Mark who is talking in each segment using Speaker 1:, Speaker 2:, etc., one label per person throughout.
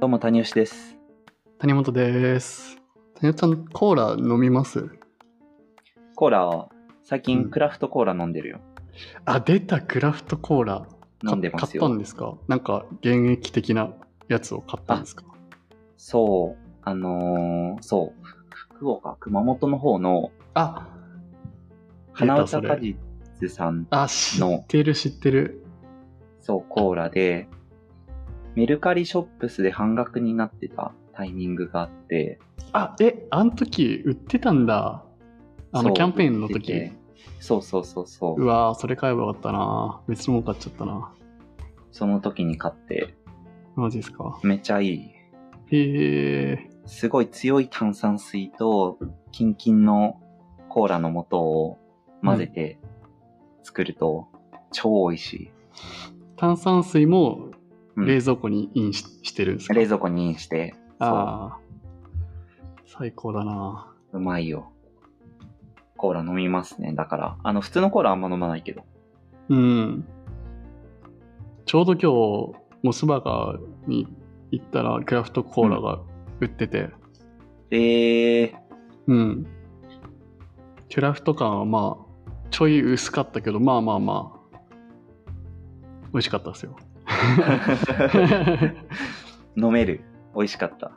Speaker 1: どうも谷吉です
Speaker 2: 谷本です。谷本さん、コーラ飲みます
Speaker 1: コーラは最
Speaker 2: う
Speaker 1: 近
Speaker 2: ん
Speaker 1: クラフトコーラ飲んでるよ、
Speaker 2: あ、出たクラフトコーラ。か
Speaker 1: 飲んでますよ
Speaker 2: 買ったんですかなんか、現役的なやつを買ったんですか
Speaker 1: そうあのーそう福岡熊本の方の
Speaker 2: あ、
Speaker 1: 花
Speaker 2: 出
Speaker 1: 歌
Speaker 2: たそれ
Speaker 1: 果実さん
Speaker 2: あ、知ってる知ってる。
Speaker 1: そうコーラでメルカリショップスで半額になってたタイミングがあって
Speaker 2: あ、え、あの時売ってたんだ。あ
Speaker 1: そ
Speaker 2: の
Speaker 1: う
Speaker 2: キャンペーンの
Speaker 1: 売って
Speaker 2: 時
Speaker 1: て。そうそうそうそうう
Speaker 2: わーそれ買えばよかったな。別のもん買っちゃったな。
Speaker 1: その時に買って
Speaker 2: マジですか。
Speaker 1: めちゃいい
Speaker 2: へえ。
Speaker 1: すごい強い炭酸水とキンキンのコーラの素を混ぜて作ると超美味しい。
Speaker 2: 炭酸水も
Speaker 1: うん
Speaker 2: 冷蔵庫にインし,、てるんですか
Speaker 1: 冷蔵庫にインして、そ
Speaker 2: ああ。最高だな。
Speaker 1: う、うまいよ。コーラ飲みますね。だから、あの、普通のコーラあんま飲まないけど。
Speaker 2: うん。ちょうど今日、モスバーガーに行ったら、クラフトコーラが売ってて、
Speaker 1: えー、
Speaker 2: うん。クラフト感はまあ、ちょい薄かったけど、まあまあまあ、美味しかったですよ。 い
Speaker 1: 飲める。美味しかった。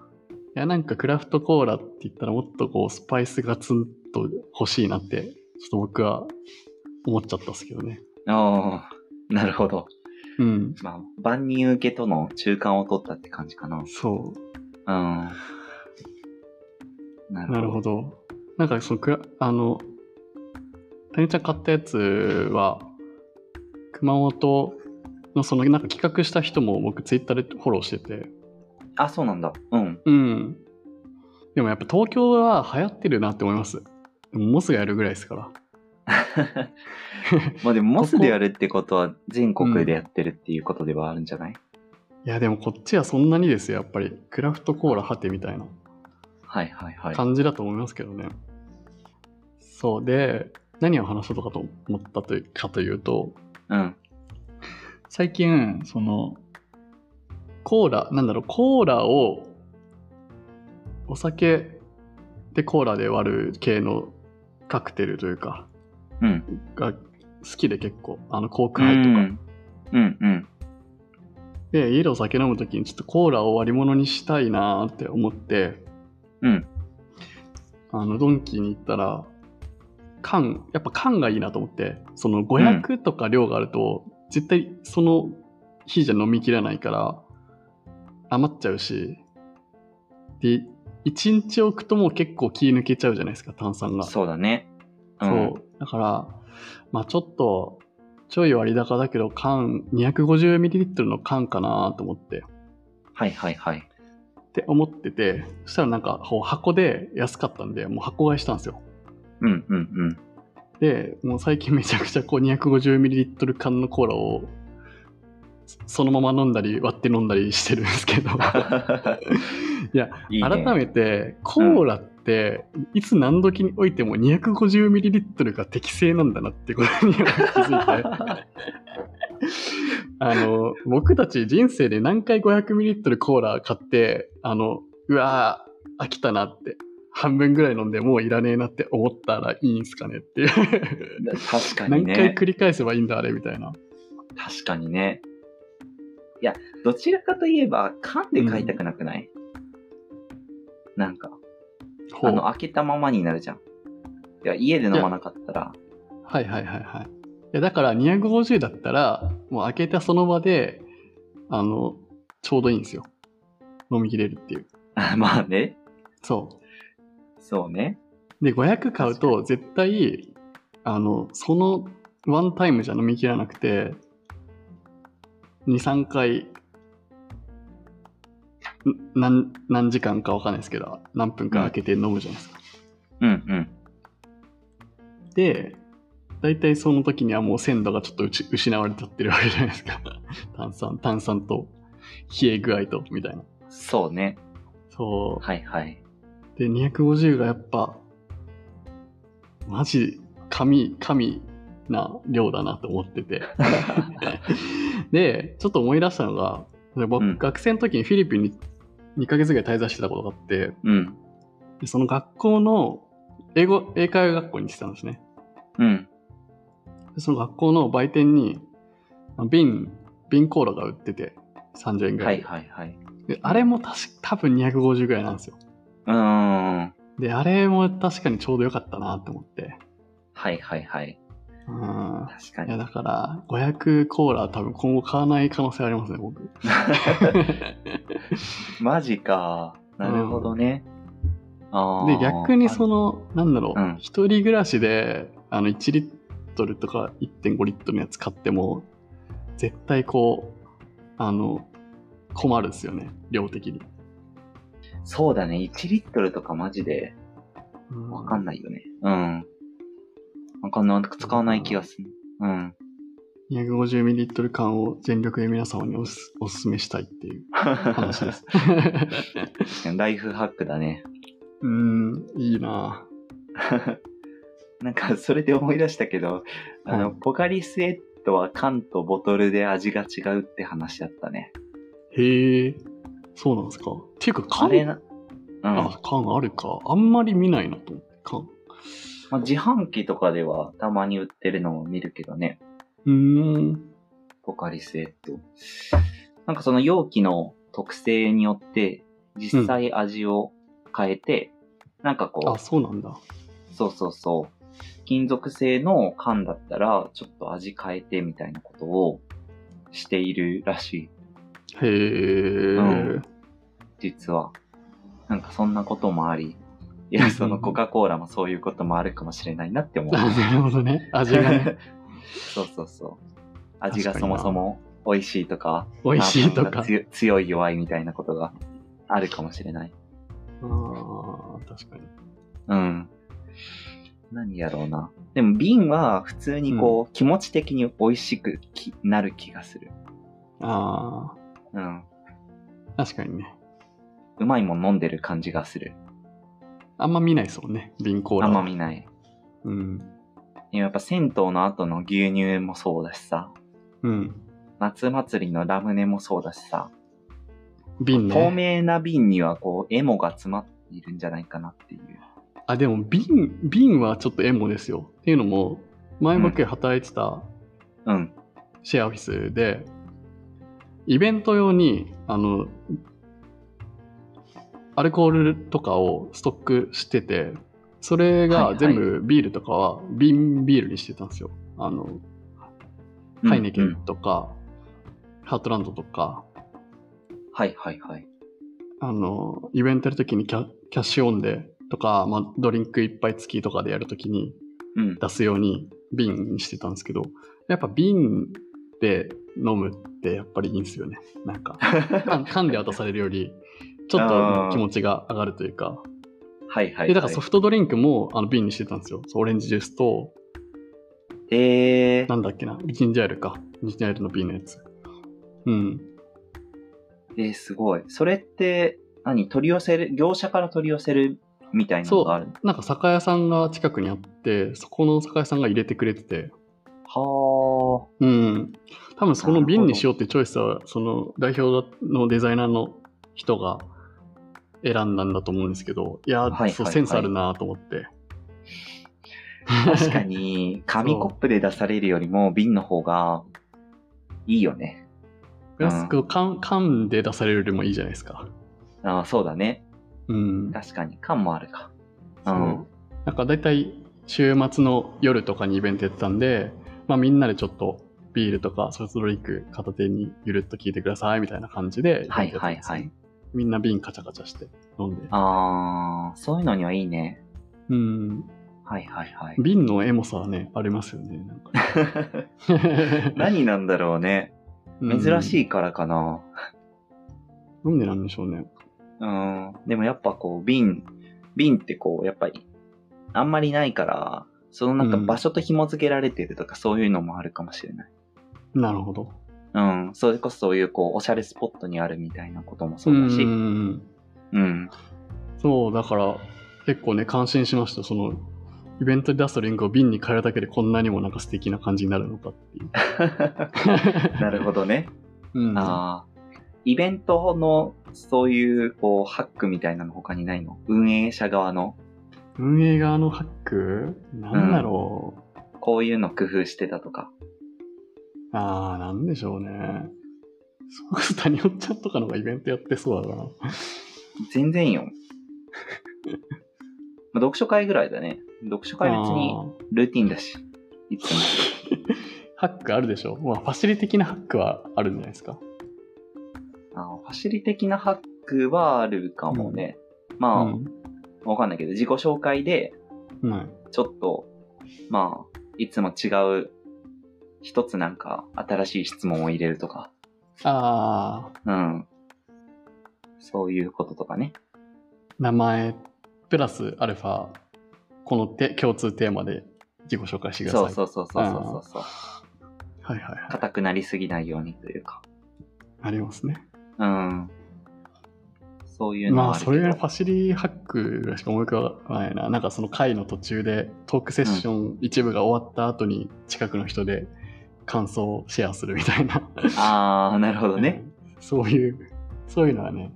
Speaker 2: や、なんかクラフトコーラって言ったら、もっとこう、スパイスがツンと欲しいなって、ちょっと僕は思っちゃったっすけどね。
Speaker 1: ああ、なるほど。
Speaker 2: うん。
Speaker 1: まあ、万人受けとの中間を取ったって感じかな。うん。
Speaker 2: そう。
Speaker 1: な
Speaker 2: なるほど。なんかそのくら、あの、谷ちゃん買ったやつは、熊本のその、なんか企画した人も僕ツイッターでフォローしてて、
Speaker 1: あ、そうなんだ。うん。
Speaker 2: うん。でもやっぱ東京は流行ってるなって思います。でもモスがやるぐらいですから。
Speaker 1: まあでも、モスでやるってことは、全国でやってるっていうことではあるんじゃない、
Speaker 2: いやでもこっちはそんなにですよ、やっぱり。クラフトコーラはてみたいな
Speaker 1: はいはいはい。
Speaker 2: 感じだと思いますけどね。そうで、何を話そうとかと思ったというかというと、
Speaker 1: うん。
Speaker 2: 最近そのコーラなんだろうコーラをお酒でコーラで割る系のカクテルというか
Speaker 1: うん。
Speaker 2: が好きで結構あのコーク
Speaker 1: う
Speaker 2: ハイとか、
Speaker 1: ん。うんうん。
Speaker 2: で家でお酒飲む時にちょっとコーラを割り物にしたいなーって思って
Speaker 1: うん。
Speaker 2: あのドンキに行ったら缶やっぱ缶がいいなと思ってその500とか量があると、絶対その日じゃ飲みきらないから余っちゃうしで1日置くともう結構気抜けちゃうじゃないですか炭酸が
Speaker 1: そうだね。ん
Speaker 2: そうだからまあちょっとちょい割高だけど缶 250ml の缶かなと思って
Speaker 1: はいはいはい。
Speaker 2: って思っててそしたらなんかこう箱で安かったんでもう箱買いしたんですよ
Speaker 1: うんうんうん。
Speaker 2: でもう最近めちゃくちゃこう 250ml 缶のコーラをそそのまま飲んだり割って飲んだりしてるんですけど いや
Speaker 1: いいね
Speaker 2: 改めてコーラっていつ何時においても 250ml が適正なんだなってことに気づいてあの僕たち人生で何回 500ml コーラ買ってあのうわー飽きたなって半分ぐらい飲んでもういらねえなって思ったらいいんすかねっていう
Speaker 1: 確かに
Speaker 2: 何回
Speaker 1: ね。
Speaker 2: 繰り返せばいいんだあれみたいな
Speaker 1: 確かにね。いや、どちらかといえば、缶で買いたくなくない、なんか、
Speaker 2: ほ
Speaker 1: あ
Speaker 2: う
Speaker 1: の、開けたままになるじゃん。いや、家で飲まなかったら、
Speaker 2: はいはいはいはい。いやだから250だったら、もう開けたその場で、あの、ちょうどいいんですよ。飲み切れるっていう。
Speaker 1: まあね。
Speaker 2: そ
Speaker 1: そうね。
Speaker 2: う。で、500買
Speaker 1: 確
Speaker 2: う
Speaker 1: か
Speaker 2: と絶対、あの、そのワンタイムじゃ飲み切らなくて、2、3回、ん何何時間かわかんないですけど、何分か開けて飲むじゃないですか。
Speaker 1: うんうん。
Speaker 2: で、大体その時にはもう鮮度がちょっとうち失われちゃってるわけじゃないですか。 炭酸、炭酸と冷え具合と、みたいな。
Speaker 1: そうね。
Speaker 2: そ
Speaker 1: はいはい。
Speaker 2: う。で、250がやっぱ、マジ、神、神な量だなと思っ てて。で、ちょっと思い出したのが、僕、
Speaker 1: うん
Speaker 2: 学生の時にフィリピンに2ヶ月ぐらい滞在してたことがあって、
Speaker 1: うん。
Speaker 2: でその学校の、英語、英会話学校に行ってたんですね。
Speaker 1: うん。
Speaker 2: でその学校の売店に、あの瓶、瓶コーラが売ってて、30円ぐら
Speaker 1: はいい
Speaker 2: で。
Speaker 1: はいはい。
Speaker 2: であれも確か多分250ぐらいなんですよ。
Speaker 1: うーん。
Speaker 2: で、あれも確かにちょうど良かったなと思って。
Speaker 1: はいはいはい。
Speaker 2: うん。
Speaker 1: 確か
Speaker 2: いや、
Speaker 1: に。
Speaker 2: だから、500コーラ多分今後買わない可能性ありますね、僕。
Speaker 1: マジか。なるほどね。ああ。
Speaker 2: で、逆に
Speaker 1: の。
Speaker 2: その、なんだろ
Speaker 1: うん
Speaker 2: う、一、人暮らしで、あの、1リットルとか1.5リットルのやつ買っても、絶対こう、あの、困るんですよね、量的に。
Speaker 1: そうだね。1リットルとかマジでわかんないよね。うん。なんかなんか使わない気がする。うん。
Speaker 2: 250ミリリットル缶を全力で皆様におすおすすめしたいっていう話 です。
Speaker 1: ライフハックだね。
Speaker 2: うーん、いいな
Speaker 1: なんか、それで思い出したけど、あの、
Speaker 2: はい
Speaker 1: ポカリスエットは缶とボトルで味が違うって話だったね。
Speaker 2: へえ、そうなんですか。っていうか缶、
Speaker 1: あれな、うん。
Speaker 2: あ、缶あるか。あんまり見ないなと思って、缶。
Speaker 1: まあ、自販機とかではたまに売ってるのを見るけどね。
Speaker 2: うーん。
Speaker 1: ポカリスエット。なんかその容器の特性によって、実際味を変えて、なんかこ
Speaker 2: あ、そうなんだ。
Speaker 1: う、そうそうそう、金属製の缶だったら、ちょっと味変えてみたいなことをしているらしい。
Speaker 2: へえ、
Speaker 1: うん実は。なんかそんなこともあり、いや、そのコカ・コーラもそういうこともあるかもしれないなって思う。
Speaker 2: あ なるほどね。味 がね、
Speaker 1: そうそうそう。味がそもそも美味しいとか、
Speaker 2: 美味しいと
Speaker 1: あの
Speaker 2: か。
Speaker 1: 強強い弱いみたいなことがあるかもしれない。
Speaker 2: あー確かに。
Speaker 1: うん。何やろうな。でも瓶は普通にこう、気持ち的に美味しくきなる気がする。
Speaker 2: あ
Speaker 1: うん。
Speaker 2: ー確かにね。
Speaker 1: うまいもん飲んでる感じがする。
Speaker 2: あんま見ないですもんね、瓶コーラ
Speaker 1: あ
Speaker 2: は。
Speaker 1: んま見ない。
Speaker 2: うん。
Speaker 1: でもやっぱ銭湯の後の牛乳もそうだしさ、
Speaker 2: うん。
Speaker 1: 夏祭りのラムネもそうだしさ、
Speaker 2: 瓶ね。
Speaker 1: 透明な瓶にはこう、エモが詰まっているんじゃないかなっていう。
Speaker 2: あ、でも瓶、瓶はちょっとエモですよ。っていうのも、前僕働いてた
Speaker 1: うん。
Speaker 2: シェアオフィスで、イベント用に、あの、アルコールとかをストックしてて、それ
Speaker 1: はいは
Speaker 2: が
Speaker 1: い
Speaker 2: 全部ビールとかは瓶ビールにしてたんですよ。あの、
Speaker 1: うん
Speaker 2: ハイネケ
Speaker 1: うん
Speaker 2: ンとか、ハートランドとか、
Speaker 1: はいはいはい。
Speaker 2: あの、イベントやるときにキャキャッシュオンでとか、まあ、ドリンク一杯付きとかでやるときに、
Speaker 1: うん。
Speaker 2: 出すように瓶にしてたんですけど、やっぱ瓶で飲むってやっぱりいいんですよね。な んか、缶缶で渡されるより、ちょっ
Speaker 1: あ
Speaker 2: と
Speaker 1: ー
Speaker 2: 気持ちが上がるというか。
Speaker 1: はいはい、は
Speaker 2: で、
Speaker 1: い。
Speaker 2: だからソフトドリンクもあの瓶にしてたんですよ。そうオレンジジュースと、
Speaker 1: えー
Speaker 2: なんだっけな、ジンジャーエールか。ジンジャーエールの瓶のやつ。うん。
Speaker 1: えーすごい。それって、何取り寄せる、業者から取り寄せるみたいなのがある
Speaker 2: なんか酒屋さんが近くにあって、そこの酒屋さんが入れてくれてて、
Speaker 1: は
Speaker 2: うん。多分そこの
Speaker 1: なるほ
Speaker 2: 瓶
Speaker 1: ど
Speaker 2: にしようってチョイスは、その代表のデザイナーの人が選んだんだと思うんですけど、いや
Speaker 1: は
Speaker 2: ー、
Speaker 1: いはいはい
Speaker 2: そうセンスあるなと思って。
Speaker 1: あ。確か に、紙コップで出されるよりも瓶の方がいいよね。
Speaker 2: プラス、缶缶で出されるよりもいいじゃないですか。
Speaker 1: ああ、そうだね。
Speaker 2: うん。
Speaker 1: 確かに。缶もあるか。う
Speaker 2: そ
Speaker 1: ん
Speaker 2: う。なんか大体週末の夜とかにイベントやってたんで、まあみんなでちょっとビールとかソフトドリンク片手にゆるっと聞いてくださいみたいな感じで、
Speaker 1: はいはいはい。。
Speaker 2: みんな瓶カチャカチャして飲んで。
Speaker 1: ああ、そういうのにはいいね。
Speaker 2: うん。
Speaker 1: はいはいはい。
Speaker 2: 瓶のエモさはね、ありますよね。なんか
Speaker 1: 何なんだろうね。 珍し
Speaker 2: い。
Speaker 1: いからかな。
Speaker 2: なんでなんでしょうね。
Speaker 1: うん。でもやっぱこう、瓶、瓶ってこう、やっぱり、あんまりないから、そのなんか
Speaker 2: うん
Speaker 1: 場所と紐付けられてるとか、そういうのもあるかもしれない。
Speaker 2: なるほど。
Speaker 1: うん。それこそそういうこう、おしゃれスポットにあるみたいなこともそうだし。うん。
Speaker 2: んそう、だから結構ね、感心しました。その、イベントで出すドリンクを瓶に変えるだけでこんなにもなんか素敵な感じになるのかっていう。
Speaker 1: なるほどね。
Speaker 2: うん、
Speaker 1: ああ。イベントのそういう、こう、ハックみたいなの他にないの運営者側の、
Speaker 2: 運営側のハックなんだろう。
Speaker 1: こういうの工夫してたとか。
Speaker 2: ああ、なんでしょうね。そうか、谷尾ちゃんとかの方がイベントやってそうだな。
Speaker 1: 全然よ。 まあ読書会ぐらいだね。読書会別に
Speaker 2: あー
Speaker 1: ルーティンだし。いつも。
Speaker 2: ハックあるでしょまあ、ファシリ的なハックはあるんじゃないですか。
Speaker 1: あーファシリ的なハックはあるかもね。まあ、わ、
Speaker 2: う
Speaker 1: かんないけど、自己紹介で、
Speaker 2: ん。はい。
Speaker 1: ちょっと、まあ、いつも違う、一つなんか、新しい質問を入れるとか。
Speaker 2: ああ、
Speaker 1: うん。そういうこととかね。
Speaker 2: 名前、プラスアルファ、このて共通テーマで自己紹介してください。
Speaker 1: そうそうそうそうそうそう。
Speaker 2: はいはいはい。
Speaker 1: 硬くなりすぎないようにというか。
Speaker 2: ありますね。
Speaker 1: うん。そういうの
Speaker 2: ま
Speaker 1: は
Speaker 2: あ、
Speaker 1: ある
Speaker 2: そ
Speaker 1: け
Speaker 2: れ
Speaker 1: ど。
Speaker 2: がファシリハックしか思い浮かばないな。なんかその会の途中でトークセッション一部が終わった後に近くの人で感想をシェアするみたいな。
Speaker 1: あー、なるほどね。。
Speaker 2: そういう、そういうのはね、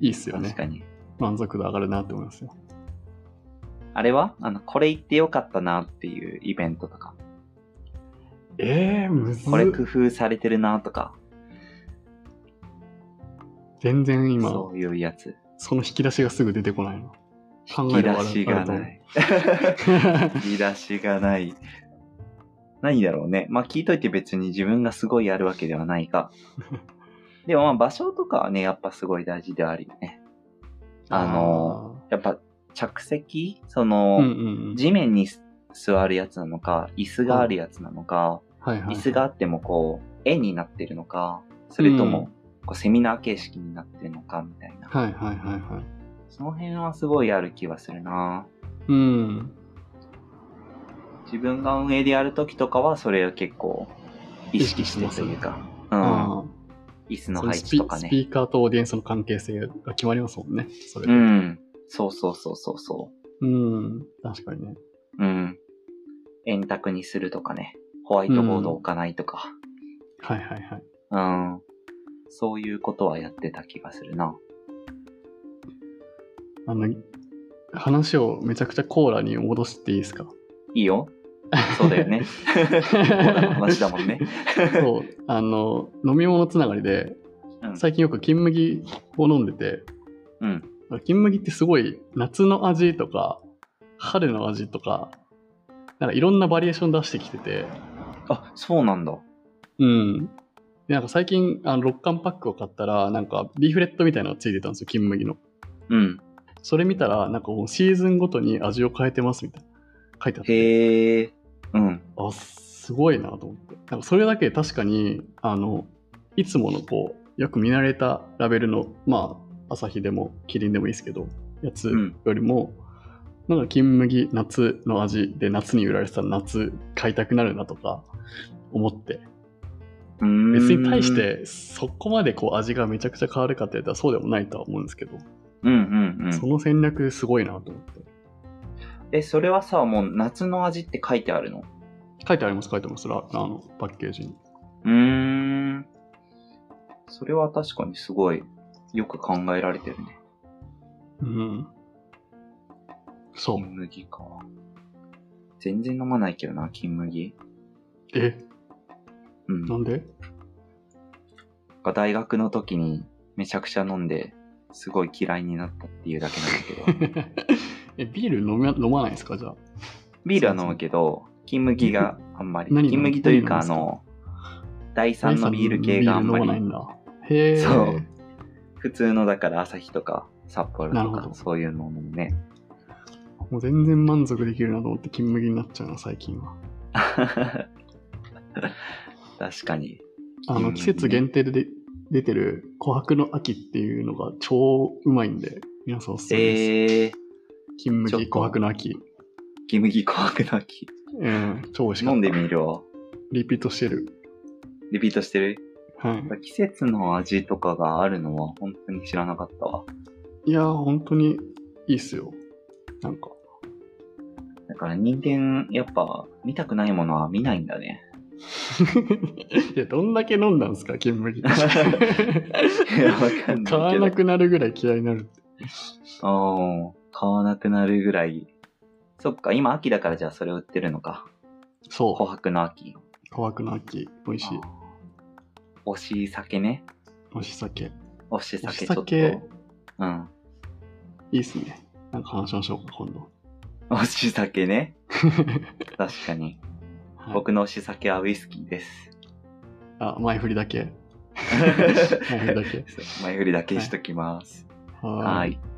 Speaker 2: いいっすよ
Speaker 1: 確
Speaker 2: ね。
Speaker 1: かに。
Speaker 2: 満足度上がるなって思いますよ。
Speaker 1: あれはあの、これ言ってよかったなっていうイベントとか、
Speaker 2: えー、むず
Speaker 1: これ
Speaker 2: っ
Speaker 1: 工夫されてるなとか、
Speaker 2: 全然今、そ
Speaker 1: そういうやつ。
Speaker 2: の引き出しがすぐ出てこないの。考
Speaker 1: 引き
Speaker 2: えれ
Speaker 1: 出
Speaker 2: ばある
Speaker 1: しがない。引き出しがない。何だろうね。まあ聞いといて別に自分がすごいやるわけではない が。でもまあ場所とかはね、やっぱすごい大事ではあるよね。 あの、やっぱ着席そ
Speaker 2: ー
Speaker 1: の、
Speaker 2: うんうんうん。
Speaker 1: 地面に座るやつなのか、椅子があるやつなのか、
Speaker 2: はいは
Speaker 1: 椅
Speaker 2: い
Speaker 1: 子があってもこう、絵になってるのか、それとも、こうセミナー形式になってるのか、みたいな。
Speaker 2: はいはいはいはい。
Speaker 1: その辺はすごいある気はするな
Speaker 2: うん。
Speaker 1: 自分が運営でやるときとかは、それを結構、意識してというか、うん。
Speaker 2: あ
Speaker 1: 椅子
Speaker 2: あ
Speaker 1: の
Speaker 2: その
Speaker 1: 配
Speaker 2: スピ
Speaker 1: 置とか
Speaker 2: スピ
Speaker 1: ね。
Speaker 2: ーカーとオーディエンスの関係性が決まりますもんね。それ
Speaker 1: う
Speaker 2: で。
Speaker 1: ん。そうそうそうそうそ
Speaker 2: うん。確かにね。
Speaker 1: う。うん。円卓にするとかね。ホワイトボード置かないとか。
Speaker 2: はいはいはい。
Speaker 1: うん。そういうことはやってた気がするな。
Speaker 2: あの、話をめちゃくちゃコーラに戻していいですか
Speaker 1: いいよ。そうだよ ね。コーラの話だもんね。
Speaker 2: そう。あの、飲み物つながりで、
Speaker 1: うん
Speaker 2: 最近よく金麦を飲んでて、
Speaker 1: うん。
Speaker 2: 金麦ってすごい夏の味とか、春の味とか、なんかいろんなバリエーション出してきてて、
Speaker 1: あ、そうなんだ。
Speaker 2: うん。でなんか最近、あの、6缶パックを買ったら、なんか、リーフレットみたいなのがついてたんですよ、金麦の。
Speaker 1: うん。
Speaker 2: それ見たら、なんかもうシーズンごとに味を変えてますみたいな。書いてあって。
Speaker 1: へえ。うん。
Speaker 2: あ、すごいなと思って。なんかそれだけで確かに、あの、いつものこう、よく見慣れたラベルの、まあ、朝日でもキリンでもいいですけど、やつ
Speaker 1: うん
Speaker 2: よりも、なんか金麦夏の味で夏に売られてたら夏買いたくなるなとか思って
Speaker 1: うーん
Speaker 2: 別に対し。てそこまでこう味がめちゃくちゃ変わるかって言ったらそうでもないとは思うんですけど、
Speaker 1: うんうんう
Speaker 2: そ
Speaker 1: ん。
Speaker 2: の戦略すごいなと思って
Speaker 1: え、それはさ、もう夏の味って書いてあるの
Speaker 2: 書いてあります書いてますらあのパッケージに
Speaker 1: うーん。それは確かにすごい、よく考えられてるね。
Speaker 2: うんそう
Speaker 1: 金麦か。全然飲まないけどな、金麦。
Speaker 2: え
Speaker 1: うん。
Speaker 2: なんで
Speaker 1: が大学の時にめちゃくちゃ飲んで、すごい嫌いになったっていうだけなんだけど。
Speaker 2: えビール飲ま飲まないですかじゃあ
Speaker 1: ビールは飲むけど、金麦があんまり。
Speaker 2: 何飲
Speaker 1: 金
Speaker 2: む
Speaker 1: 麦というか、あ
Speaker 2: 何飲むん
Speaker 1: の、第3のビール系があんま
Speaker 2: ビール
Speaker 1: り
Speaker 2: 飲、まないんだへえ
Speaker 1: そう普通のだから朝日とか札幌
Speaker 2: なる
Speaker 1: と
Speaker 2: ほ
Speaker 1: か
Speaker 2: ど
Speaker 1: そういうのもね。
Speaker 2: もう全然満足できるなと思って金麦になっちゃうな最近は
Speaker 1: 確かに。
Speaker 2: あ
Speaker 1: 金麦
Speaker 2: の
Speaker 1: ね
Speaker 2: 季節限定でで出てる「琥珀の秋」っていうのが超うまいんで皆さんおすすめです、
Speaker 1: えー、
Speaker 2: 金
Speaker 1: ちょっ
Speaker 2: 麦
Speaker 1: と
Speaker 2: 琥珀の秋
Speaker 1: 金麦怖くなき。
Speaker 2: うん、超美味しかった。
Speaker 1: 飲んでみるわ。
Speaker 2: リピートしてる。
Speaker 1: リピートしてる
Speaker 2: はい。
Speaker 1: 季節の味とかがあるのは本当に知らなかったわ。
Speaker 2: いやー、本当にいいっすよ。なんか。
Speaker 1: だから人間やっぱ見たくないものは見ないんだね。
Speaker 2: いや、どんだけ飲んだんすか、金 麦。
Speaker 1: いや、わかん
Speaker 2: 買
Speaker 1: ないけど
Speaker 2: わな。くなるぐらい嫌いになる。
Speaker 1: ああ、買わなくなるぐらい。そっか、今秋だからじゃあそれ売ってるのか。琥
Speaker 2: そ
Speaker 1: 珀の秋。
Speaker 2: う。琥珀の秋、美味しい。
Speaker 1: 推し酒ね。
Speaker 2: おし酒。い
Speaker 1: 推し酒ちょっ
Speaker 2: 推し
Speaker 1: と。
Speaker 2: 酒
Speaker 1: うん。
Speaker 2: いっすね。なんか話しましょうか、今度。
Speaker 1: 推し酒 ね。確かに。
Speaker 2: はい
Speaker 1: 僕の推し酒はウイスキー です。
Speaker 2: あ、前振りだけ。前振りだけ。
Speaker 1: 前振りだけしときます。は
Speaker 2: はー
Speaker 1: ー
Speaker 2: い。
Speaker 1: い。